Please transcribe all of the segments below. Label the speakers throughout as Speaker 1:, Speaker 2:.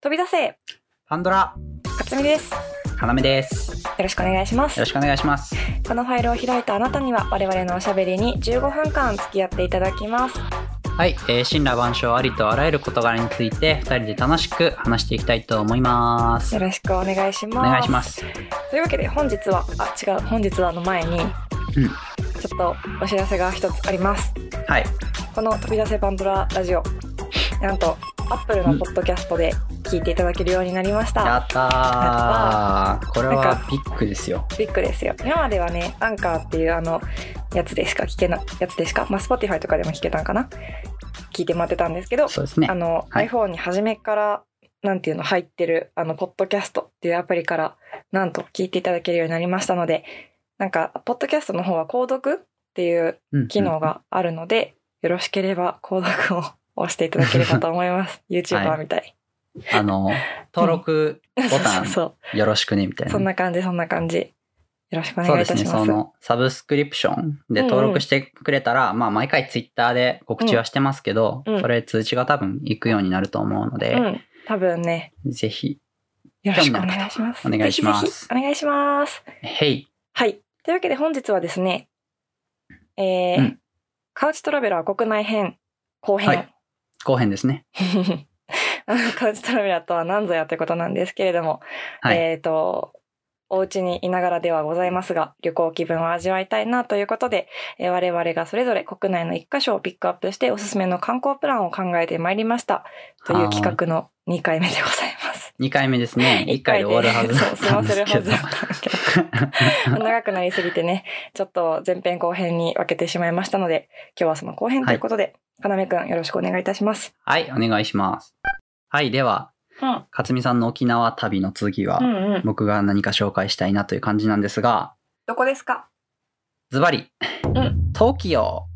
Speaker 1: 飛び出せ
Speaker 2: パンドラ、
Speaker 1: 勝美ですよ
Speaker 2: 花目です。よ
Speaker 1: ろしくお願いします
Speaker 2: ろしくお願いします。
Speaker 1: このファイルを開いたあなたには我々のおしゃべりに15分間付き合っていただきます
Speaker 2: はい、えー、神羅万象ありとあらゆる事柄について、二人で楽しく話していきたいと思います
Speaker 1: よ。ろしくお願いします
Speaker 2: お願いします。
Speaker 1: というわけで本日はあ違う本日はの前に、
Speaker 2: ん
Speaker 1: ちょっとお知らせが一つあります
Speaker 2: はい、
Speaker 1: この「飛び出せパンドララジオ」なんとアップルのポッドキャストで聞いていただけるようになりました、
Speaker 2: やったー。これ
Speaker 1: な
Speaker 2: は
Speaker 1: んか
Speaker 2: ビッグですよ。
Speaker 1: ビッグですよ今まではねアンカーっていうあのやつでしか聞けないやつでしかまあ Spotify とかでも聞けたんかな聞いてもらってたんですけど、
Speaker 2: そうですね
Speaker 1: あ。の、
Speaker 2: はい
Speaker 1: iPhone に初めからなんていうの入ってるあのポッドキャストっていうアプリからなんと聞いていただけるようになりましたのでなんかポッドキャストの方は購読っていう
Speaker 2: うん
Speaker 1: 機能。があるので、よろしければ購読を押していただければと思います YouTuber みたい、
Speaker 2: あの、登録ボタ
Speaker 1: そう そう
Speaker 2: ン、よろしくね、みたい
Speaker 1: そうそ
Speaker 2: な。
Speaker 1: んな感じそんな感じよろしくお
Speaker 2: そう
Speaker 1: 願い
Speaker 2: で
Speaker 1: い
Speaker 2: す
Speaker 1: たし
Speaker 2: ね、
Speaker 1: ます
Speaker 2: そのサブスクリプションで登録してくれたら、まあ毎回ツイッターで告知はしてますけど、
Speaker 1: うん
Speaker 2: それ通知が多分行くようになると思うの
Speaker 1: う
Speaker 2: で、
Speaker 1: ん多分ね
Speaker 2: ぜひ、
Speaker 1: よろしくお願いします
Speaker 2: 興味のある方お願いします
Speaker 1: ぜひぜひお願いします
Speaker 2: ヘイ
Speaker 1: はい。というわけで本日はですね、えー
Speaker 2: うん
Speaker 1: カウチトラベラー国内編後編。
Speaker 2: はい後編ですね。
Speaker 1: あのカウチトラベラーとは何ぞやということなんですけれども、
Speaker 2: はい。
Speaker 1: えっ、と、お家にいながらではございますが、旅行気分を味わいたいなということで、えー我々がそれぞれ国内の一箇所をピックアップしておすすめの観光プランを考えてまいりました。という企画の2回目でございます。
Speaker 2: 2回目ですね。1回で終わるはずだ
Speaker 1: そう
Speaker 2: っ
Speaker 1: 済
Speaker 2: た
Speaker 1: ま
Speaker 2: ん
Speaker 1: せ
Speaker 2: で
Speaker 1: る
Speaker 2: す
Speaker 1: は
Speaker 2: け
Speaker 1: ず
Speaker 2: ど
Speaker 1: だっ。たんですけど。長くなりすぎてね、ちょっと前編後編に分けてしまいましたので、今日はその後編ということで、かなめくんよろしくお願いいたします。
Speaker 2: はい、お願いします。はい、では、
Speaker 1: うん。
Speaker 2: 勝美さんの沖縄旅の次は、
Speaker 1: うんうん。
Speaker 2: 僕が何か紹介したいなという感じなんですが、
Speaker 1: どこですか
Speaker 2: ズバリ、
Speaker 1: ん
Speaker 2: 東京。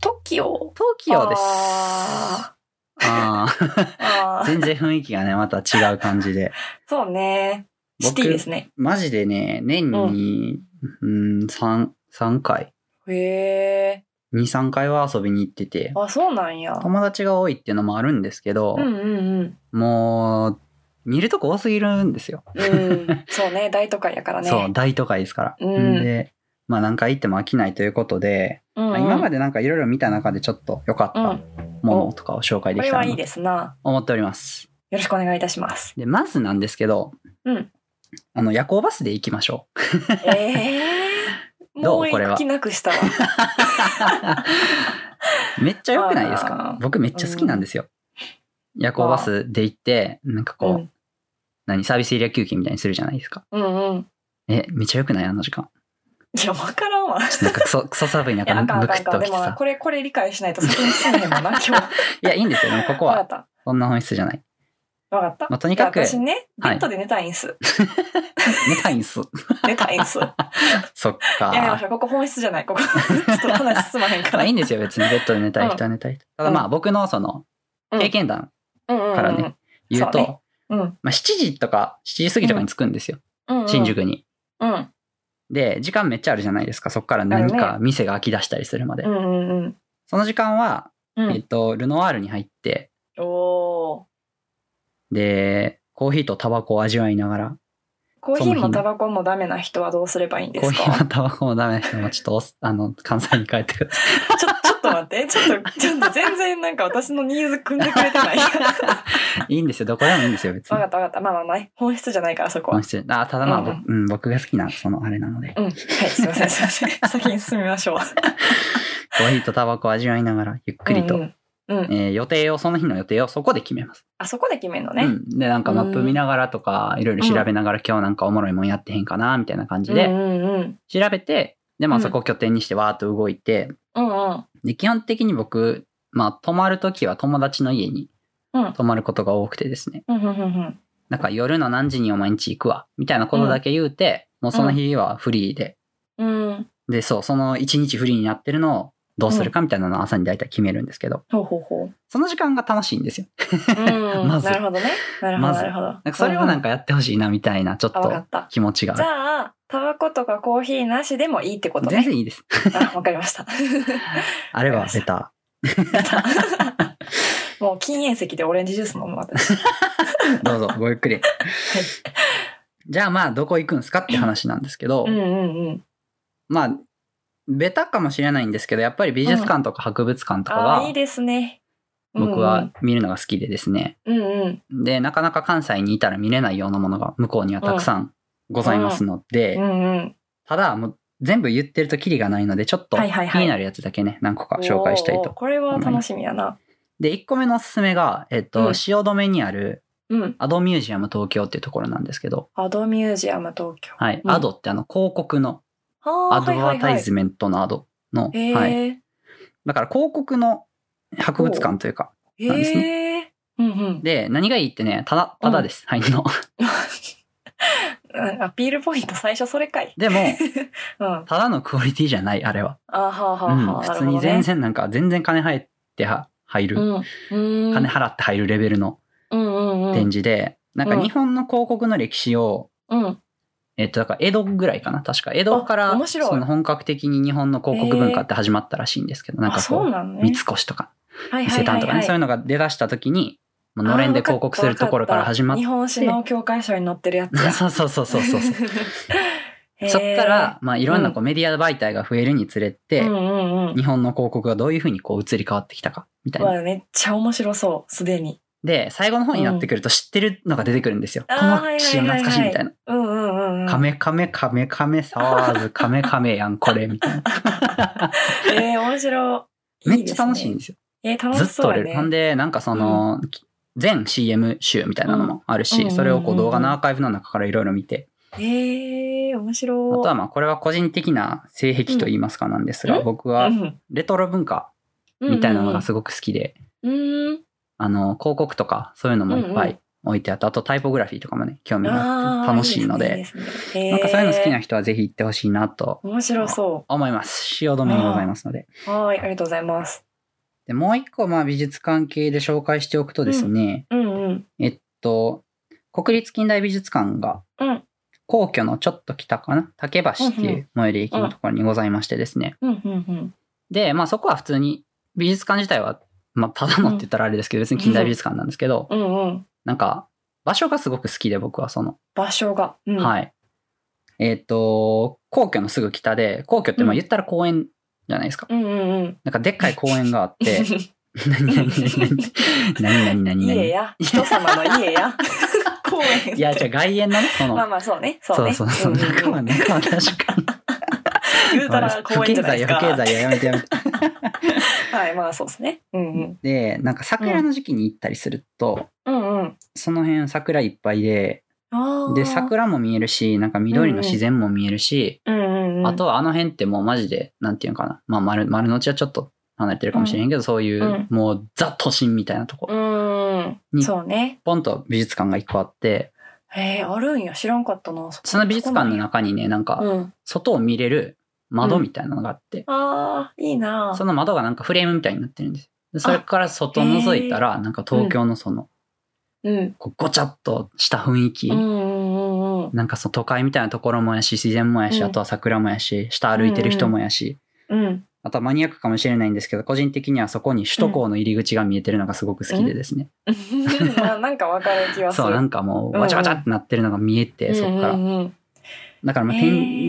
Speaker 1: トキオ。
Speaker 2: 東京です。
Speaker 1: あ
Speaker 2: あ
Speaker 1: ー
Speaker 2: ー
Speaker 1: あー。
Speaker 2: 全然雰囲気がね、また違う感じで。
Speaker 1: そうね。シティですね。
Speaker 2: マジでね、年に、うん、三三回、
Speaker 1: へえ。
Speaker 2: 2、3回は遊びに行ってて、
Speaker 1: あ、そうなんや。
Speaker 2: 友達が多いっていうのもあるんですけど
Speaker 1: うん、うん
Speaker 2: もう、見るとこ多すぎるんですよ。
Speaker 1: うん。うん。そうね。大都会やからね。
Speaker 2: そう、大都会ですから。
Speaker 1: うん
Speaker 2: で、まあ何回行っても飽きないということで、
Speaker 1: うんうん。
Speaker 2: まあ今までなんかいろいろ見た中でちょっと良かっ
Speaker 1: う
Speaker 2: た
Speaker 1: ん。
Speaker 2: ものとかを紹介
Speaker 1: こ
Speaker 2: で
Speaker 1: れ
Speaker 2: きた
Speaker 1: はい
Speaker 2: ら
Speaker 1: い
Speaker 2: なと
Speaker 1: ですな。
Speaker 2: 思っております。
Speaker 1: よろしくお願いいたします。
Speaker 2: で、まずなんですけど、
Speaker 1: うん
Speaker 2: あの、夜行バスで行きましょう。
Speaker 1: ええ。
Speaker 2: どう
Speaker 1: もう
Speaker 2: これ
Speaker 1: 行
Speaker 2: は
Speaker 1: く気なくしたわ。
Speaker 2: めっちゃ良くないです
Speaker 1: あ
Speaker 2: か
Speaker 1: ー
Speaker 2: 僕めっちゃ好きなんですよ。夜行バスで行って、なんかこう、
Speaker 1: うん
Speaker 2: 何、サービスエリア休憩みたいにするじゃないですか。
Speaker 1: うんうん。
Speaker 2: え、めっちゃ良くないあの時間。
Speaker 1: いや、わからんわ。
Speaker 2: なんかクソ、クソ寒い
Speaker 1: いや、
Speaker 2: 中、
Speaker 1: あかんあ
Speaker 2: むく
Speaker 1: かん
Speaker 2: っ
Speaker 1: あか
Speaker 2: と
Speaker 1: ん。
Speaker 2: 来
Speaker 1: で
Speaker 2: て
Speaker 1: もな、
Speaker 2: さ。
Speaker 1: これ、これ理解しないと先に進めへんもんな、今日。わ
Speaker 2: いや、いいんですよ。でもここ
Speaker 1: かっ
Speaker 2: は、
Speaker 1: た。
Speaker 2: そんな本質じゃない。
Speaker 1: わかった。
Speaker 2: まあとにかく
Speaker 1: いや私ね、ベ
Speaker 2: はい
Speaker 1: ッドで寝たいんす。
Speaker 2: 寝たいんす。
Speaker 1: 寝たいんす。や
Speaker 2: そっ
Speaker 1: めまし
Speaker 2: か。
Speaker 1: ょう。ここ本質じゃない。ここ。ち ょっと話進まへんか
Speaker 2: まあ
Speaker 1: ら。
Speaker 2: いいんですよ。別にベッドで寝たい人は寝たい人。ただまあ僕のその、
Speaker 1: うん
Speaker 2: 経験談
Speaker 1: うんうんうん。
Speaker 2: からね、言う
Speaker 1: そ
Speaker 2: と、
Speaker 1: うねうん。
Speaker 2: まあ7時とか、7時過ぎとかに着くんですよ。
Speaker 1: うんうん。
Speaker 2: 新。宿に。
Speaker 1: うん。
Speaker 2: で、時間めっちゃあるじゃないですか。そっから何か店が飽き出したりするまで。
Speaker 1: うんうんうん。
Speaker 2: その時間は、
Speaker 1: う
Speaker 2: えっ
Speaker 1: ん。
Speaker 2: と、ルノワールに入って、
Speaker 1: おー。
Speaker 2: で、コーヒーとタバコを味わいながら、
Speaker 1: コーヒ
Speaker 2: その
Speaker 1: ー
Speaker 2: 日の
Speaker 1: もタバコもダメな人はどうすればいいんで
Speaker 2: コー
Speaker 1: す
Speaker 2: ヒー
Speaker 1: か
Speaker 2: もタバコもダメな人もちょっとおす、あの、関西に帰ってください。
Speaker 1: ちょ、ちょっと待って。ちょっと、ちょっと全然なんか私のニーズ組んでくれて ない。わか
Speaker 2: いいんですよ。どこでもいいんですよ、別に
Speaker 1: っ。たわかった。まあまあまあ、本質じゃないからそこは
Speaker 2: 本。質あただまあ、
Speaker 1: うんうん
Speaker 2: 僕うん、僕が好きな、その、あれなので、
Speaker 1: うん。はい、すいません、すいません。先に進みましょう。
Speaker 2: コーヒーとタバコを味わいながら、ゆっ くりと、
Speaker 1: うんうん、うん
Speaker 2: えー予定を、その日の予定をそこで決めます。
Speaker 1: あそこで決めんのね。
Speaker 2: うん。で、なんかマップ見ながらとか、いろいろ調べながら、今日なんかおもろいもんやってへんかな、みたいな感じ
Speaker 1: うん
Speaker 2: で、
Speaker 1: うんうん。
Speaker 2: 調べて、で、まあ
Speaker 1: うん
Speaker 2: そこを拠点にしてわーっと動いて、
Speaker 1: うんうん。
Speaker 2: で、基本的に僕、まあ、泊まるときは友達の家に
Speaker 1: うん
Speaker 2: 泊まることが多くてですね。
Speaker 1: うんうんうん
Speaker 2: なんか夜の何時にお前んち行くわ、みたいなことだけ言うて、もうその日はフリーで。
Speaker 1: うん。うん。
Speaker 2: で、そう、その一日フリーになってるのをどうするかみたいなのを朝に大体決めるんですけど、
Speaker 1: ほうほうほう。
Speaker 2: その時間が楽しいんですよ。
Speaker 1: うん。
Speaker 2: まず
Speaker 1: なるほどね。なるほど、
Speaker 2: まず
Speaker 1: なるほど。
Speaker 2: なんかそれはなん
Speaker 1: か、
Speaker 2: かやってほしいな、みたいな、ちょっ
Speaker 1: あ、わか
Speaker 2: と
Speaker 1: った。
Speaker 2: 気持ちがあ
Speaker 1: じ
Speaker 2: る。
Speaker 1: ゃあ、タバコとかコーヒーなしでもいいってこと
Speaker 2: 全
Speaker 1: ね。
Speaker 2: 然いいです。
Speaker 1: あ、わかりました。
Speaker 2: あればベタ
Speaker 1: もう禁煙席でオレンジジュース飲む私。
Speaker 2: どうぞ、ごゆっくり。じゃあまあ、どこ行くんすかって話なんですけど、
Speaker 1: うんうんうん。
Speaker 2: まあ、ベタかもしれないんですけど、やっぱり美術館とか博物館とか
Speaker 1: ああ、いい
Speaker 2: は、
Speaker 1: ですね。うんうん
Speaker 2: 僕は。見るのが好きでですね。
Speaker 1: うんうん。
Speaker 2: で、なかなか関西にいたら見れないようなものが向こうにはたくさんございますので、
Speaker 1: うんうん。
Speaker 2: ただ、もう全部言ってるとキリがないので、ちょっと気
Speaker 1: はいはいはい
Speaker 2: になるやつだけね、何個か紹介したい
Speaker 1: おーおー
Speaker 2: と。
Speaker 1: これは楽しみやな。
Speaker 2: で、1個目のおすすめが、えっ
Speaker 1: う
Speaker 2: と、
Speaker 1: ん
Speaker 2: 汐留にある
Speaker 1: うん。
Speaker 2: アドミュージアム東京っていうところなんですけど、
Speaker 1: アドミュージアム東京。
Speaker 2: はい。
Speaker 1: うん
Speaker 2: アドってあの、広告の、
Speaker 1: あ
Speaker 2: ア
Speaker 1: ー
Speaker 2: ドバータイズ
Speaker 1: は
Speaker 2: メントのアドの、
Speaker 1: いはい
Speaker 2: は。
Speaker 1: はいいへ
Speaker 2: だから広告の博物館というか、
Speaker 1: え。
Speaker 2: なんです
Speaker 1: へえ。うんうん。
Speaker 2: で、何がいいってね、ただ、ただです、入るの。
Speaker 1: アピールポイント最初それかい。
Speaker 2: でも、
Speaker 1: うん。あ
Speaker 2: ただのクオリティじゃない、あれは。
Speaker 1: ーはあは
Speaker 2: う
Speaker 1: あ
Speaker 2: ん
Speaker 1: はあ。
Speaker 2: 普通に全然なんか、全然金入っては入
Speaker 1: なるほ
Speaker 2: る、
Speaker 1: どね。うん。うん
Speaker 2: 金払って入るレベルの
Speaker 1: うんうんうん。
Speaker 2: 展示で、なん
Speaker 1: う
Speaker 2: か
Speaker 1: ん
Speaker 2: 日本の広告の歴史を、
Speaker 1: うん。
Speaker 2: えっと、だから江戸ぐらいかな、確か。江戸か
Speaker 1: あ
Speaker 2: ら、
Speaker 1: 面白い
Speaker 2: その本格的に日本の広告文化って始まったらしいんですけど、なん
Speaker 1: あ、
Speaker 2: か
Speaker 1: そ
Speaker 2: こ
Speaker 1: う
Speaker 2: う、
Speaker 1: なんね。
Speaker 2: 三越とか、
Speaker 1: はい
Speaker 2: 伊
Speaker 1: は
Speaker 2: 勢
Speaker 1: いは
Speaker 2: 丹
Speaker 1: い
Speaker 2: とかね、そうい
Speaker 1: は
Speaker 2: う
Speaker 1: い。
Speaker 2: のが出だした時に、もうのれんで広告するところから始まっ
Speaker 1: 日本史の教科書に載ってるや つや。
Speaker 2: そうそうそうそうそうそう。
Speaker 1: へー
Speaker 2: そっから、、まあ、いろんなこうメディア媒体が増えるにつれ
Speaker 1: う
Speaker 2: て、
Speaker 1: んうんうん
Speaker 2: 日本の広告がどういうふうにこう移り変わってきたか、みたいうな。
Speaker 1: わめっちゃ面白そう、すでに。
Speaker 2: で、最後の方になってくると知ってるのが出てくるんですよ。
Speaker 1: あー
Speaker 2: このシーン懐かしいみたいな。
Speaker 1: うんうんうんうん。
Speaker 2: カメカメカメカメ騒ずカメカメやんこれ、み たいな。
Speaker 1: えー、面白い。
Speaker 2: めっちゃ楽しいん
Speaker 1: で
Speaker 2: ですよ。
Speaker 1: すね。えー、楽し
Speaker 2: ずっ
Speaker 1: そ
Speaker 2: と撮
Speaker 1: う
Speaker 2: れ
Speaker 1: や
Speaker 2: る。ほん
Speaker 1: ね。
Speaker 2: で、なんかその、全 CM 集みたいなのもあ
Speaker 1: う
Speaker 2: る
Speaker 1: ん
Speaker 2: し、それをこ
Speaker 1: う
Speaker 2: うん
Speaker 1: うんうん
Speaker 2: 動画のアーカイブの中からいろいろ見て、
Speaker 1: えー、面
Speaker 2: あと
Speaker 1: 白い。
Speaker 2: はまあこれは個人的な性癖と言いますかなんですが、
Speaker 1: うん
Speaker 2: 僕は
Speaker 1: うん
Speaker 2: レトロ文化みたいなのがすごく好きで、
Speaker 1: うんうん
Speaker 2: あの、広告とかそういうのもいっぱい置いてあって、あとタイポグラフィーとかもね、興
Speaker 1: うん。
Speaker 2: 味があ
Speaker 1: あ
Speaker 2: って
Speaker 1: ー
Speaker 2: 楽しいので、
Speaker 1: すねすね
Speaker 2: なんかそういうの好きな
Speaker 1: へー
Speaker 2: 人はぜひ行ってほしいなと
Speaker 1: 面白そ
Speaker 2: 思います。汐留にございますので。
Speaker 1: う。はーい、ありがとうございます。
Speaker 2: で、もう一個、まあ美術関係で紹介しておくとですね、
Speaker 1: うんうん。
Speaker 2: えっと、国立近代美術館が
Speaker 1: うん
Speaker 2: 皇居のちょっと北かな竹橋って
Speaker 1: うんう
Speaker 2: いう最寄り駅のところにございましてですね。
Speaker 1: うんうんうん。
Speaker 2: で、まあそこは普通に美術館自体は、まあただのって言ったらあれですけど、別に近代美術館なんですけど、
Speaker 1: うんうん。
Speaker 2: なんか場所がすごく好きで僕はその、
Speaker 1: 場所が。うん、
Speaker 2: はい。えっ、と、皇居のすぐ北で、皇居って
Speaker 1: う
Speaker 2: まあ
Speaker 1: ん
Speaker 2: 言ったら公園じゃないですか。
Speaker 1: うんうんうん。
Speaker 2: なんかでっかい公園があって、何々何々何々何々何 々
Speaker 1: 家や。人様の家 や。公園。
Speaker 2: いや、じゃあ外苑のね、その、
Speaker 1: まあまあ、そうね。そうね。
Speaker 2: そうそうそう、
Speaker 1: んんん
Speaker 2: 中は、中は確かに。
Speaker 1: 言うたら
Speaker 2: 不
Speaker 1: 公園じ
Speaker 2: 経
Speaker 1: ゃないで
Speaker 2: 済
Speaker 1: す
Speaker 2: よ、
Speaker 1: か。
Speaker 2: 不経済よ、やめてやめて。
Speaker 1: はい、まあそうですね。うんうん。
Speaker 2: で、なんか桜の時期に行ったりすると、
Speaker 1: うんうん。
Speaker 2: その辺桜いっぱいで、
Speaker 1: あー
Speaker 2: で、。桜も見えるし、なんか緑の自然も見えるし、
Speaker 1: うんうんうん。
Speaker 2: あとはあの辺ってもうマジで、なんていうのかな。まあ丸、丸の内はちょっと離れてるかもしれんけど、そういう、
Speaker 1: うん
Speaker 2: もうザ都心みたいなとこ、
Speaker 1: う
Speaker 2: に
Speaker 1: ん。そうね。
Speaker 2: ポンと美術館が一個あって、
Speaker 1: えー、あるんや。知らんかったな。そ
Speaker 2: その美術館の中にね、なん
Speaker 1: う
Speaker 2: か、
Speaker 1: ん。
Speaker 2: 外を見れる窓みたいなのがあって、
Speaker 1: ああ、いいな
Speaker 2: その窓がなんかフレームみたいになってるんですよで。それから外覗いたら、なんか東京のその、
Speaker 1: うん。
Speaker 2: こうごちゃっとした雰囲気、
Speaker 1: うんうんうんうん。
Speaker 2: なんかその都会みたいなところもやし、自然もやし、
Speaker 1: うん
Speaker 2: あとは桜もやし、下歩いてる人もやし、
Speaker 1: うん。
Speaker 2: あとはマニアックかもしれないんですけど、個人的にはそこに首都高の入り口が見えてるのがすごく好きでですね。
Speaker 1: まあなんかわかる気はする。
Speaker 2: そう、なんかもう、わちゃわちゃってなってるのが見えて、そこか
Speaker 1: う
Speaker 2: ら
Speaker 1: ん。うんうん
Speaker 2: だから、まあ、
Speaker 1: へー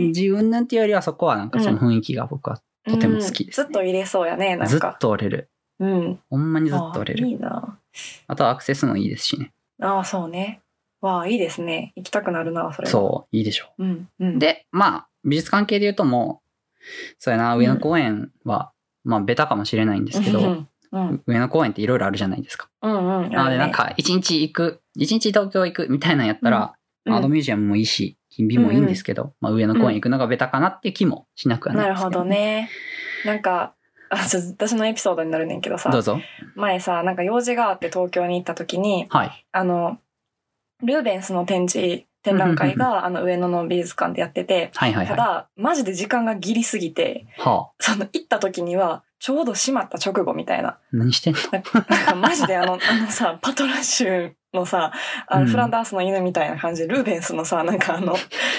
Speaker 2: 展示云々っていうよりは、そこはなんかその雰囲気が僕はとても好きです
Speaker 1: うんず
Speaker 2: ね
Speaker 1: っと入れそうやね、なん
Speaker 2: ずっ
Speaker 1: か。
Speaker 2: と折れる。
Speaker 1: うん。
Speaker 2: ほんまにずっと折れ
Speaker 1: あ
Speaker 2: る。
Speaker 1: いいな
Speaker 2: あとはアクセスもいいですしね。
Speaker 1: ああ、そうね。わあ、いいですね。行きたくなるな、それは。
Speaker 2: そう、いいでしょ
Speaker 1: う。うん、うん。
Speaker 2: う。、で、まあ、美術関係で言うともう、そうやな、上野公園は、まあ、ベタかもしれないんですけ
Speaker 1: う
Speaker 2: ど、
Speaker 1: ん、うん、
Speaker 2: 上野公園っていろいろあるじゃないですか。
Speaker 1: うん、うん。
Speaker 2: なので、なん
Speaker 1: あ
Speaker 2: か、一日行く、一日東京行くみたいなのやったら、
Speaker 1: るね、
Speaker 2: アードミュージアムもいいし、金美もいいんですけど、まあ、上野公園行くのがベタかなっていう気もしなく
Speaker 1: う
Speaker 2: は
Speaker 1: ん、
Speaker 2: な
Speaker 1: ないる
Speaker 2: です
Speaker 1: ほ
Speaker 2: け
Speaker 1: どね。なんか、あ、ちょっと私のエピソードになるねんけどさ
Speaker 2: ど、うぞ。
Speaker 1: 前さ、なんか用事があって東京に行った時に、
Speaker 2: はい。
Speaker 1: あの、ルーベンスの展示、展覧会が、あの、上野の美術館でやってて、
Speaker 2: はいはいは
Speaker 1: た
Speaker 2: い。
Speaker 1: だ、マジで時間がギリすぎて、
Speaker 2: はあ、
Speaker 1: その、行った時には、ちょうど閉まった直後みたいな。
Speaker 2: 何してんの
Speaker 1: なんかなんかマジであ の、あのさ、パトラッシュのさ、あ
Speaker 2: う
Speaker 1: の
Speaker 2: ん
Speaker 1: フランダースの犬みたいな感じで、ルーベンスのさ、なんかあの、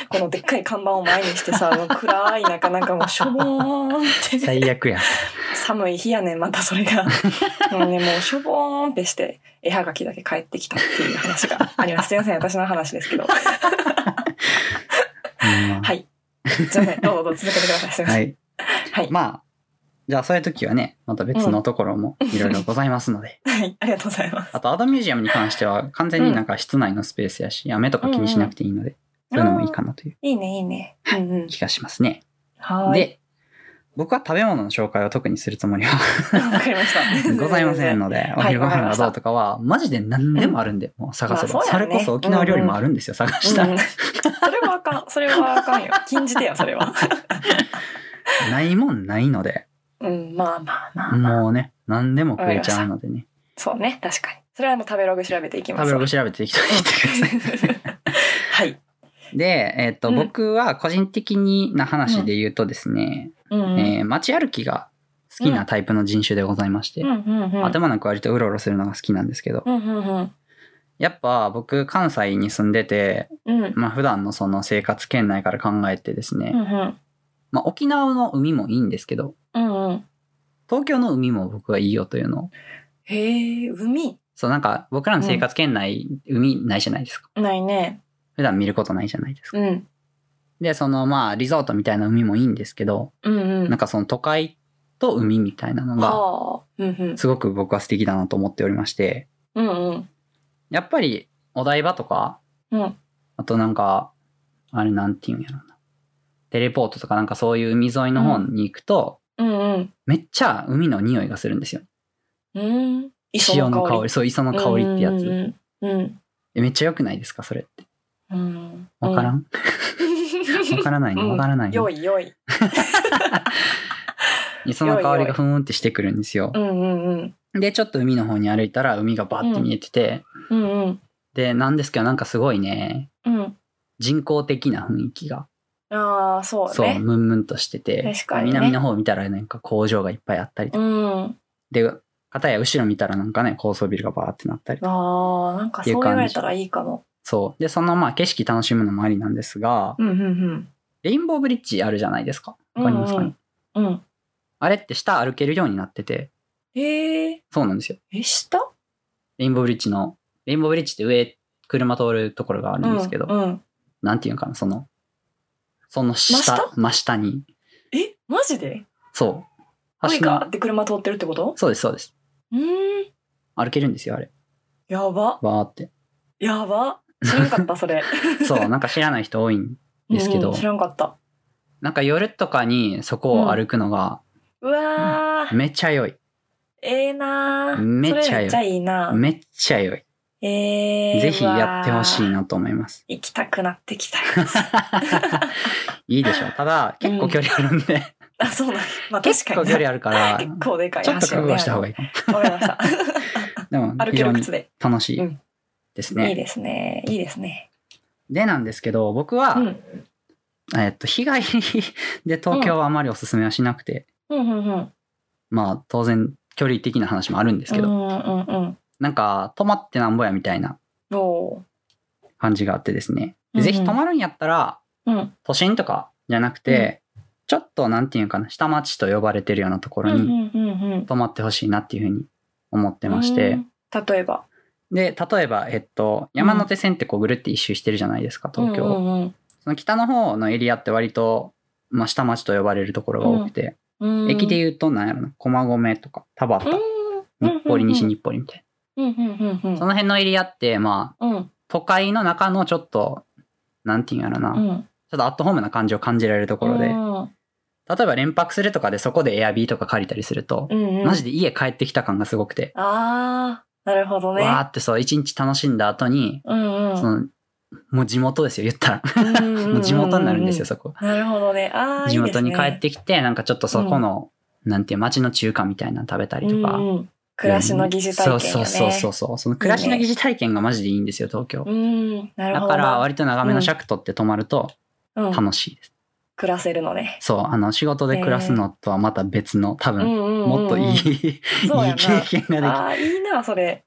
Speaker 1: このでっ かい看板を前にしてさ、あの暗い中なんかもうしょぼーんって、
Speaker 2: 最悪や。
Speaker 1: 寒い日やねん、またそれが。もうね、もうしょぼーんってして、絵はがきだけ帰ってきたっていう話があります。すいません、私の話ですけど。
Speaker 2: うん
Speaker 1: はいすいません、どうぞ続けてください。すいま
Speaker 2: は
Speaker 1: せん。
Speaker 2: い。
Speaker 1: はい
Speaker 2: まあ、じゃあそういう時はね、また別のところもいろいろございますの で。
Speaker 1: はい、ありがとうございます。
Speaker 2: あと、アドミュージアムに関しては完全になんか室内のスペースやし、雨とか気にしなくていいので、そういうのもいいかなという
Speaker 1: いいね、いいね。うんうん。
Speaker 2: 気がしますね。
Speaker 1: はーい。
Speaker 2: で、僕は食べ物の紹介を特にするつもりは
Speaker 1: わかりました。
Speaker 2: ございませんので、お昼ご
Speaker 1: わか
Speaker 2: 飯
Speaker 1: りま
Speaker 2: が
Speaker 1: した
Speaker 2: どうとかは、マジで何でもあるんで、もう探せば、
Speaker 1: まあ
Speaker 2: そ
Speaker 1: そうや
Speaker 2: れ
Speaker 1: ね
Speaker 2: こそ沖縄料理もあるんですよ、探した
Speaker 1: うんう
Speaker 2: ら
Speaker 1: ん。それはあかん。それはあかんよ。禁じてよ、それ は。
Speaker 2: ないもんないので、
Speaker 1: うん、まあまあまあまあ。
Speaker 2: もうね、何でも食えちゃうのでね、
Speaker 1: そうね、確かに。それはもう食べログ調べていきま
Speaker 2: 食
Speaker 1: す。
Speaker 2: べログ調べてきておいてください。
Speaker 1: はい。
Speaker 2: で、えっ、と、
Speaker 1: うん
Speaker 2: 僕は個人的な話で言うとですね、
Speaker 1: うんうん。
Speaker 2: えー街歩きが好きなタイプの人種でございまして、
Speaker 1: うんうんうん。
Speaker 2: 頭なく割とうろうろするのが好きなんですけど、
Speaker 1: うんうんうん。
Speaker 2: やっぱ僕関西に住んでて、
Speaker 1: うん。
Speaker 2: まあ普段のその生活圏内から考えてですね、
Speaker 1: うんうん。
Speaker 2: まあ沖縄の海もいいんですけど、
Speaker 1: うんうん。
Speaker 2: 東京の海も僕はいいよというのを、
Speaker 1: へえ、海
Speaker 2: そうなんか僕らの生活圏内、海ないじゃないですか。
Speaker 1: ないね。
Speaker 2: 普段見ることないじゃないですか。
Speaker 1: うん。
Speaker 2: で、そのまあリゾートみたいな海もいいんですけど、
Speaker 1: うんうん。
Speaker 2: なんかその都会と海みたいなのが、
Speaker 1: はあ。うんうん。
Speaker 2: すごく僕は素敵だなと思っておりまして、
Speaker 1: うんうん。
Speaker 2: やっぱりお台場とか、
Speaker 1: うん
Speaker 2: あとなんか、あれなんていうんやろうな。テレポートとかなんかそういう海沿いの方に行くと、
Speaker 1: うんうん。
Speaker 2: めっちゃ海の匂いがするんですよ。
Speaker 1: うん。
Speaker 2: 潮の香り、そう、磯の香りってやつ。
Speaker 1: つ。うん。
Speaker 2: えめっちゃ良くないですかそれって。
Speaker 1: うん。
Speaker 2: わから
Speaker 1: ん。
Speaker 2: んわからないのわからない
Speaker 1: よ
Speaker 2: の。
Speaker 1: いよい。
Speaker 2: 磯の香りがふーんってしてくるんですよ
Speaker 1: う。んうんうん。
Speaker 2: で、ちょっと海の方に歩いたら海がバーって見えてて、
Speaker 1: うんうん。
Speaker 2: で、なんですけどなんかすごいね、
Speaker 1: うん。
Speaker 2: 人工的な雰囲気が
Speaker 1: ああ、そう
Speaker 2: そう、
Speaker 1: ね。
Speaker 2: ムンムンとしてて、
Speaker 1: 確かにね
Speaker 2: 南の方見たらなんか工場がいっぱいあったりと
Speaker 1: う
Speaker 2: か、
Speaker 1: ん。あ
Speaker 2: で、片や後ろ見たらなんかね、高層ビルがバーってなったりとか、
Speaker 1: あ、なんかそう言われたらいいかも。
Speaker 2: そう。で、そのまあ景色楽しむのもありなんですが、
Speaker 1: うんうん
Speaker 2: レインボーブリッジあるじゃないですか。わかりますかね、
Speaker 1: うんうん。うん。
Speaker 2: あれって下歩けるようになってて、
Speaker 1: へえ。
Speaker 2: そうなんですよ。
Speaker 1: え、下
Speaker 2: レインボーブリッジの、レインボーブリッジって上、車通るところがあるんですけど、
Speaker 1: うんうん。
Speaker 2: なんていうのかな、その、その下、
Speaker 1: 真下
Speaker 2: 真下に、
Speaker 1: え、マジで
Speaker 2: そう。
Speaker 1: 海
Speaker 2: の
Speaker 1: がーって車通ってるってこと
Speaker 2: そうです、そうです。
Speaker 1: うーん。
Speaker 2: 歩けるんですよ、あれ。
Speaker 1: やば。
Speaker 2: わーって。
Speaker 1: やば。知らんかった、それ。
Speaker 2: そう、なんか知らない人多いんですけど、
Speaker 1: うん知らんかった。
Speaker 2: なんか夜とかにそこを歩くのが
Speaker 1: うわー。
Speaker 2: めっちゃ良い。
Speaker 1: ええなー。
Speaker 2: めっちゃいい
Speaker 1: それめっちゃいいな。
Speaker 2: めっちゃ良い。
Speaker 1: えー、
Speaker 2: ぜひやってほしい
Speaker 1: わあ。
Speaker 2: なと思います。
Speaker 1: 行きたくなって きたやつ
Speaker 2: いいでしょう。ただ、結構距離ある んで、
Speaker 1: あ、そうなんやまあ
Speaker 2: 結
Speaker 1: 確か
Speaker 2: 構
Speaker 1: にな。
Speaker 2: 距離あ るから、
Speaker 1: 結
Speaker 2: ちょっ
Speaker 1: 構でかい
Speaker 2: と覚悟した方が
Speaker 1: い
Speaker 2: いいかも。
Speaker 1: い。わかりま した。
Speaker 2: でも、
Speaker 1: 歩
Speaker 2: 非
Speaker 1: け
Speaker 2: 常
Speaker 1: る
Speaker 2: に
Speaker 1: 靴で。
Speaker 2: 楽し
Speaker 1: う
Speaker 2: い
Speaker 1: ん
Speaker 2: です
Speaker 1: いい
Speaker 2: ね。
Speaker 1: ですね。いいですね。
Speaker 2: で、なんですけど、僕は、
Speaker 1: うん。
Speaker 2: えっと、日帰りで東京はあまりおすすめはしなくて、
Speaker 1: うんうんうん。
Speaker 2: まあ、当然、距離的な話もあるんですけど、
Speaker 1: うんうんうん。
Speaker 2: なんか、泊まってなんぼやみたいな
Speaker 1: おー
Speaker 2: 感じがあってですね。
Speaker 1: うんうん
Speaker 2: ぜひ泊まるんやったら、
Speaker 1: うん。
Speaker 2: 都心とかじゃなくて、ちょっとなんていうかな、下町と呼ばれてるようなとこ
Speaker 1: うん
Speaker 2: ろ
Speaker 1: う
Speaker 2: に
Speaker 1: んうんうん。
Speaker 2: 泊まってほしいなっていうふうに思ってまして、
Speaker 1: うん。例えば。
Speaker 2: で、例えば、えっと、山手線ってこうぐるって一周してるじゃないですか、東京。
Speaker 1: うんうん
Speaker 2: その北の方のエリアって割と、まあ、下町と呼ばれるところが多くて、
Speaker 1: うんうん
Speaker 2: 駅で言うと、なんやろな、駒込とか、田
Speaker 1: う
Speaker 2: 畑、
Speaker 1: ん。
Speaker 2: 日暮里、西
Speaker 1: に。
Speaker 2: 日暮里みたい
Speaker 1: うんうんうんう
Speaker 2: な。
Speaker 1: ん
Speaker 2: そ。の辺のエリアって、まあ、
Speaker 1: うん
Speaker 2: 都会の中のちょっと、なんていうんやろな、
Speaker 1: う
Speaker 2: ちょ
Speaker 1: ん。
Speaker 2: っとアットホームな感じを感じられるところで、
Speaker 1: うん
Speaker 2: 例えば連泊するとかでそこでエアビーとか借りたりすると、
Speaker 1: うんうん。
Speaker 2: マジで家帰ってきた感がすごくて、
Speaker 1: あー、なるほどね。
Speaker 2: わーってそう、一日楽しんだ後に、
Speaker 1: うんうん
Speaker 2: その、もう地元ですよ、言ったら。
Speaker 1: うんうんうんう
Speaker 2: もう地元になるんですよ、
Speaker 1: そ
Speaker 2: そこ。
Speaker 1: なるほどね。ああ、
Speaker 2: 地元に帰
Speaker 1: いい
Speaker 2: ってきて、なんかちょっとそこの、なんていう、町の中華みたいなの食べたり
Speaker 1: です
Speaker 2: と
Speaker 1: ね
Speaker 2: か。
Speaker 1: うんうん暮らしの疑似体験よね。
Speaker 2: そうそうそうそう。その暮らしの疑似体験がマジでいいんですよ、東京。
Speaker 1: うん、なる
Speaker 2: だ
Speaker 1: ほどな。
Speaker 2: から、割と長めの尺取って泊まると
Speaker 1: うん、
Speaker 2: 楽しいです。
Speaker 1: 暮らせるのね。
Speaker 2: そう、あの、仕事で暮らすのとはまた別の、多分、もっといい、いい
Speaker 1: そうやな
Speaker 2: 経験ができ
Speaker 1: ああ、いいな、それ。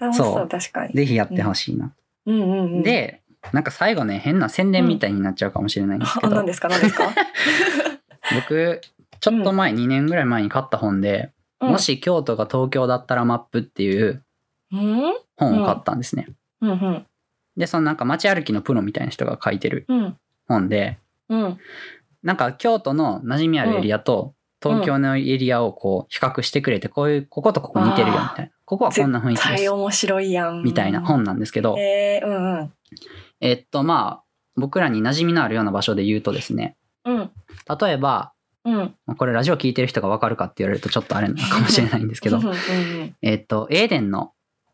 Speaker 1: 楽しそう、
Speaker 2: そう
Speaker 1: 確かに。
Speaker 2: ぜひやってほしいな。
Speaker 1: うんうんうん。、
Speaker 2: で、なんか最後ね、変な宣伝みたいになっちゃうかもしれないんですけ
Speaker 1: あ、
Speaker 2: ど、
Speaker 1: 何ですか、何ですか。
Speaker 2: 僕、ちょっと前、2年ぐらい前に買った本で、
Speaker 1: うん
Speaker 2: もし京都が東京だったらマップっていう
Speaker 1: うん
Speaker 2: 本を買ったんですね。
Speaker 1: うんうん
Speaker 2: で、そのなんか街歩きのプロみたいな人が書いてる
Speaker 1: うん
Speaker 2: 本で、
Speaker 1: うん
Speaker 2: なんか京都の馴染みあるエリアと東京のエリアをこう比較してくれて、こういう、こことここ似てるよみたいな。ここはこんな雰囲気で
Speaker 1: 大
Speaker 2: す。
Speaker 1: 面白いやん
Speaker 2: みたいな本なんですけど、
Speaker 1: えー、うんうん
Speaker 2: えっとまあ、僕らに馴染みのあるような場所で言うとですね、
Speaker 1: うん
Speaker 2: 例えば、
Speaker 1: うん
Speaker 2: まあこれラジオ聞いてる人がわかるかって言われるとちょっとあれなのかもしれないんですけど
Speaker 1: う、んうん
Speaker 2: えっと、エーデンの、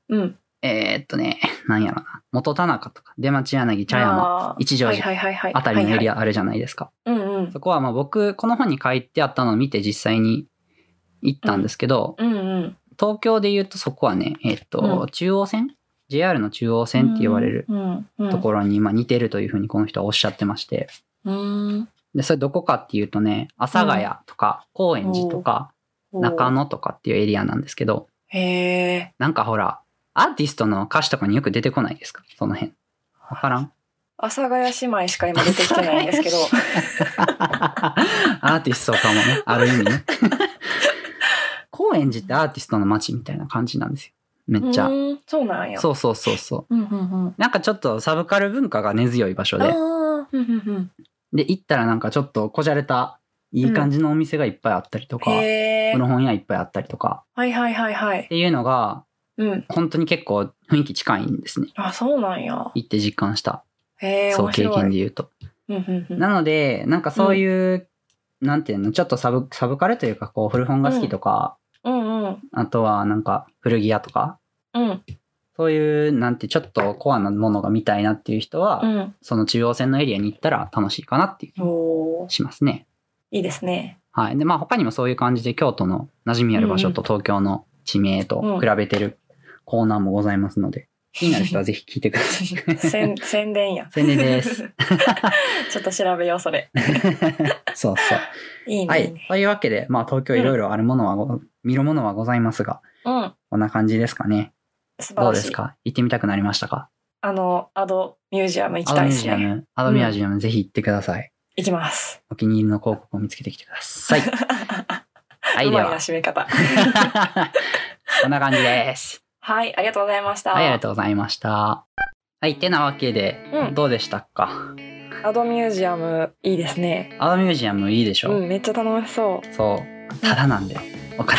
Speaker 1: うんうん
Speaker 2: えっとね、なんやろな、元田中とか、出町柳、茶山、
Speaker 1: あー
Speaker 2: 一条
Speaker 1: はい
Speaker 2: 寺
Speaker 1: はいはいはい
Speaker 2: あたりのエリ
Speaker 1: ア
Speaker 2: アあるじゃないですか。
Speaker 1: うんうん
Speaker 2: そこはまあ僕、この本に書いてあったのを見て実際に行ったんですけど、
Speaker 1: うんうん
Speaker 2: 東京で言うとそこはね、えっと、
Speaker 1: う
Speaker 2: 中央線 ?JR の中央線って言われる
Speaker 1: うんうん
Speaker 2: ところにまあ似てるというふうにこの人はおっしゃってまして、
Speaker 1: うん
Speaker 2: で、それどこかっていうとね、阿佐ヶ谷とか、高円寺とか、中野とかっていうエリアなんですけど、
Speaker 1: へえ
Speaker 2: なんかほら、アーティストの歌詞とかによく出てこないですかその辺。わからん
Speaker 1: 阿佐ヶ谷姉妹しか今出てきてないんですけど
Speaker 2: アーティストかもね、ある意 味ね。高円寺ってアーティストの街みたいな感じなんですよ。めっちゃ
Speaker 1: う。んそうなんや
Speaker 2: そうそうそうそう。
Speaker 1: うんうんうん
Speaker 2: なんかちょっとサブカル文化が根強い場所
Speaker 1: あ
Speaker 2: で、
Speaker 1: ーうんうん
Speaker 2: で、行ったらなんかちょっとこじゃれた、いい感じのお店がいっぱいあったりと
Speaker 1: うん
Speaker 2: か、
Speaker 1: へえ
Speaker 2: 古本屋いっぱいあったりとか、
Speaker 1: はいはいはいはい
Speaker 2: っていうのが、
Speaker 1: うん
Speaker 2: 本当に結構雰囲気近いんですね。
Speaker 1: あそうなんや
Speaker 2: 行って実感した。
Speaker 1: へえ
Speaker 2: そう
Speaker 1: 面
Speaker 2: 経
Speaker 1: 白
Speaker 2: 験
Speaker 1: い
Speaker 2: で言うと。
Speaker 1: うんうんうん
Speaker 2: なので、なんかそういう、なんていうの、ちょっとサブ、サブカルというか、こう、古本が好きとか、
Speaker 1: うんうん
Speaker 2: あとはなんか古着屋とか、
Speaker 1: うん
Speaker 2: そういう、なんてちょっとコアなものが見たいなっていう人は、
Speaker 1: うん
Speaker 2: その中央線のエリアに行ったら楽しいかなっていう気が
Speaker 1: おー
Speaker 2: しますね。
Speaker 1: いいですね
Speaker 2: はい。で、まあ他にもそういう感じで京都の馴染みある場所と東京の地名と比べてるコーナーもございますので、気になる人はぜひ聞いてく ださい。
Speaker 1: 宣宣伝や
Speaker 2: 宣伝です。
Speaker 1: ちょっと調べようそれ
Speaker 2: そうそう。
Speaker 1: いいね、
Speaker 2: はい
Speaker 1: い
Speaker 2: い
Speaker 1: ね。
Speaker 2: というわけで、まあ東京いろいろあるものはご、見るものはございますが、
Speaker 1: うん
Speaker 2: こんな感じですかね。
Speaker 1: 素晴
Speaker 2: ど
Speaker 1: ら
Speaker 2: うで
Speaker 1: し
Speaker 2: す
Speaker 1: い
Speaker 2: か行ってみたくなりましたか
Speaker 1: あのアドミュージアム行
Speaker 2: ア
Speaker 1: き
Speaker 2: ド
Speaker 1: たい
Speaker 2: ミ
Speaker 1: で
Speaker 2: ュー
Speaker 1: す
Speaker 2: ジア
Speaker 1: ね
Speaker 2: ム、アドミュージアムぜひ行ってください。
Speaker 1: 行きます
Speaker 2: お気に入りの広告を見つけてきてください。は い、
Speaker 1: う
Speaker 2: で
Speaker 1: まいな
Speaker 2: は。
Speaker 1: 締め方
Speaker 2: こんな感じです。
Speaker 1: はいありがとうございました、
Speaker 2: はい、ありがとうございました。はい、てなわけで、
Speaker 1: うん
Speaker 2: どうでしたか
Speaker 1: アドミュージアムいいですね
Speaker 2: アドミュージアムいいでしょ、
Speaker 1: うんめっちゃ楽しそう
Speaker 2: そう。ただなんで。わか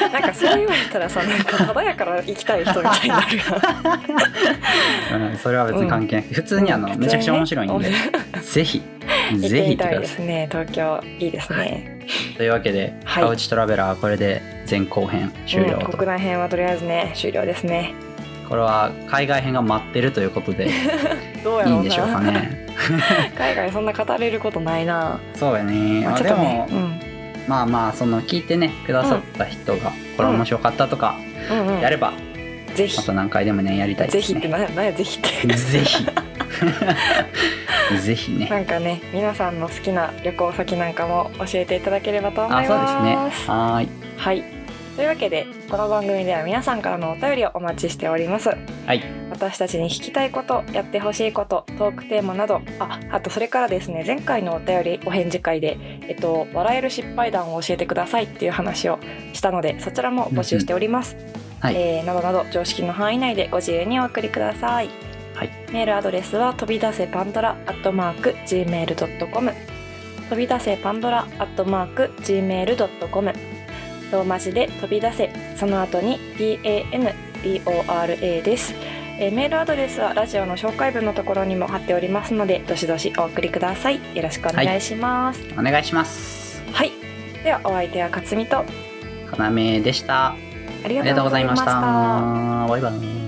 Speaker 2: ら
Speaker 1: なんかそう言われたらさなんかただやから行きたい人みたいになるよ
Speaker 2: ん。うん、それは別に関係ない。普通にあの、めちゃくちゃ面白いんで、ぜひ、
Speaker 1: 行って
Speaker 2: ぜひ行って
Speaker 1: み
Speaker 2: く
Speaker 1: たい
Speaker 2: だ
Speaker 1: で
Speaker 2: さ
Speaker 1: すね東京いいですね、
Speaker 2: い。というわけで、
Speaker 1: はい
Speaker 2: カウチトラベラーはこれで前後編終了
Speaker 1: うん
Speaker 2: と。
Speaker 1: 国内編はとりあえずね終了ですね
Speaker 2: これは海外編が待ってるということ で、い
Speaker 1: どうやろうない
Speaker 2: んでしょう かね。
Speaker 1: 海外そんな語れることないな、
Speaker 2: そうやね。
Speaker 1: まあ、
Speaker 2: あ
Speaker 1: ちょっ
Speaker 2: で
Speaker 1: とね
Speaker 2: も、まあまあ、その聞いてね、くださった人が、これ面白かったとか、
Speaker 1: うんうんうん
Speaker 2: やれば、
Speaker 1: ぜひ
Speaker 2: あと何回でもね、やりたい
Speaker 1: ぜ
Speaker 2: で
Speaker 1: ひ
Speaker 2: す
Speaker 1: っ
Speaker 2: ね
Speaker 1: て。なんやなんやぜひって
Speaker 2: ぜひ。 ぜひね。
Speaker 1: なんかね皆さんの好きな旅行先なんかも教えていただければと思
Speaker 2: あ、
Speaker 1: い
Speaker 2: そうですね
Speaker 1: ます。
Speaker 2: はーい。
Speaker 1: はいというわけでこの番組では皆さんからのお便りをお待ちしております
Speaker 2: はい。
Speaker 1: 私たちに聞きたいことやってほしいことトークテーマなどああとそれからですね前回のお便りお返事会で、えっと、笑える失敗談を教えてくださいっていう話をしたのでそちらも募集しております、
Speaker 2: はい
Speaker 1: えーなどなど常識の範囲内でご自由にお送りください、
Speaker 2: はい
Speaker 1: メールアドレスは飛び出せパンドラアットマーク Gmail.com 飛び出せパンドラアットマーク Gmail.com ローマ字で飛び出せその後に PANDORA ですえーメールアドレスはラジオの紹介文のところにも貼っておりますのでどしどしお送りくださいよろしくお願いします
Speaker 2: お願いします。
Speaker 1: はい、ではお相手は勝美と
Speaker 2: かなめでした。あ
Speaker 1: あり
Speaker 2: りが
Speaker 1: が
Speaker 2: と
Speaker 1: とうご
Speaker 2: うござ
Speaker 1: ざ
Speaker 2: い
Speaker 1: い
Speaker 2: ま
Speaker 1: ま
Speaker 2: し。
Speaker 1: したた
Speaker 2: バイバイ。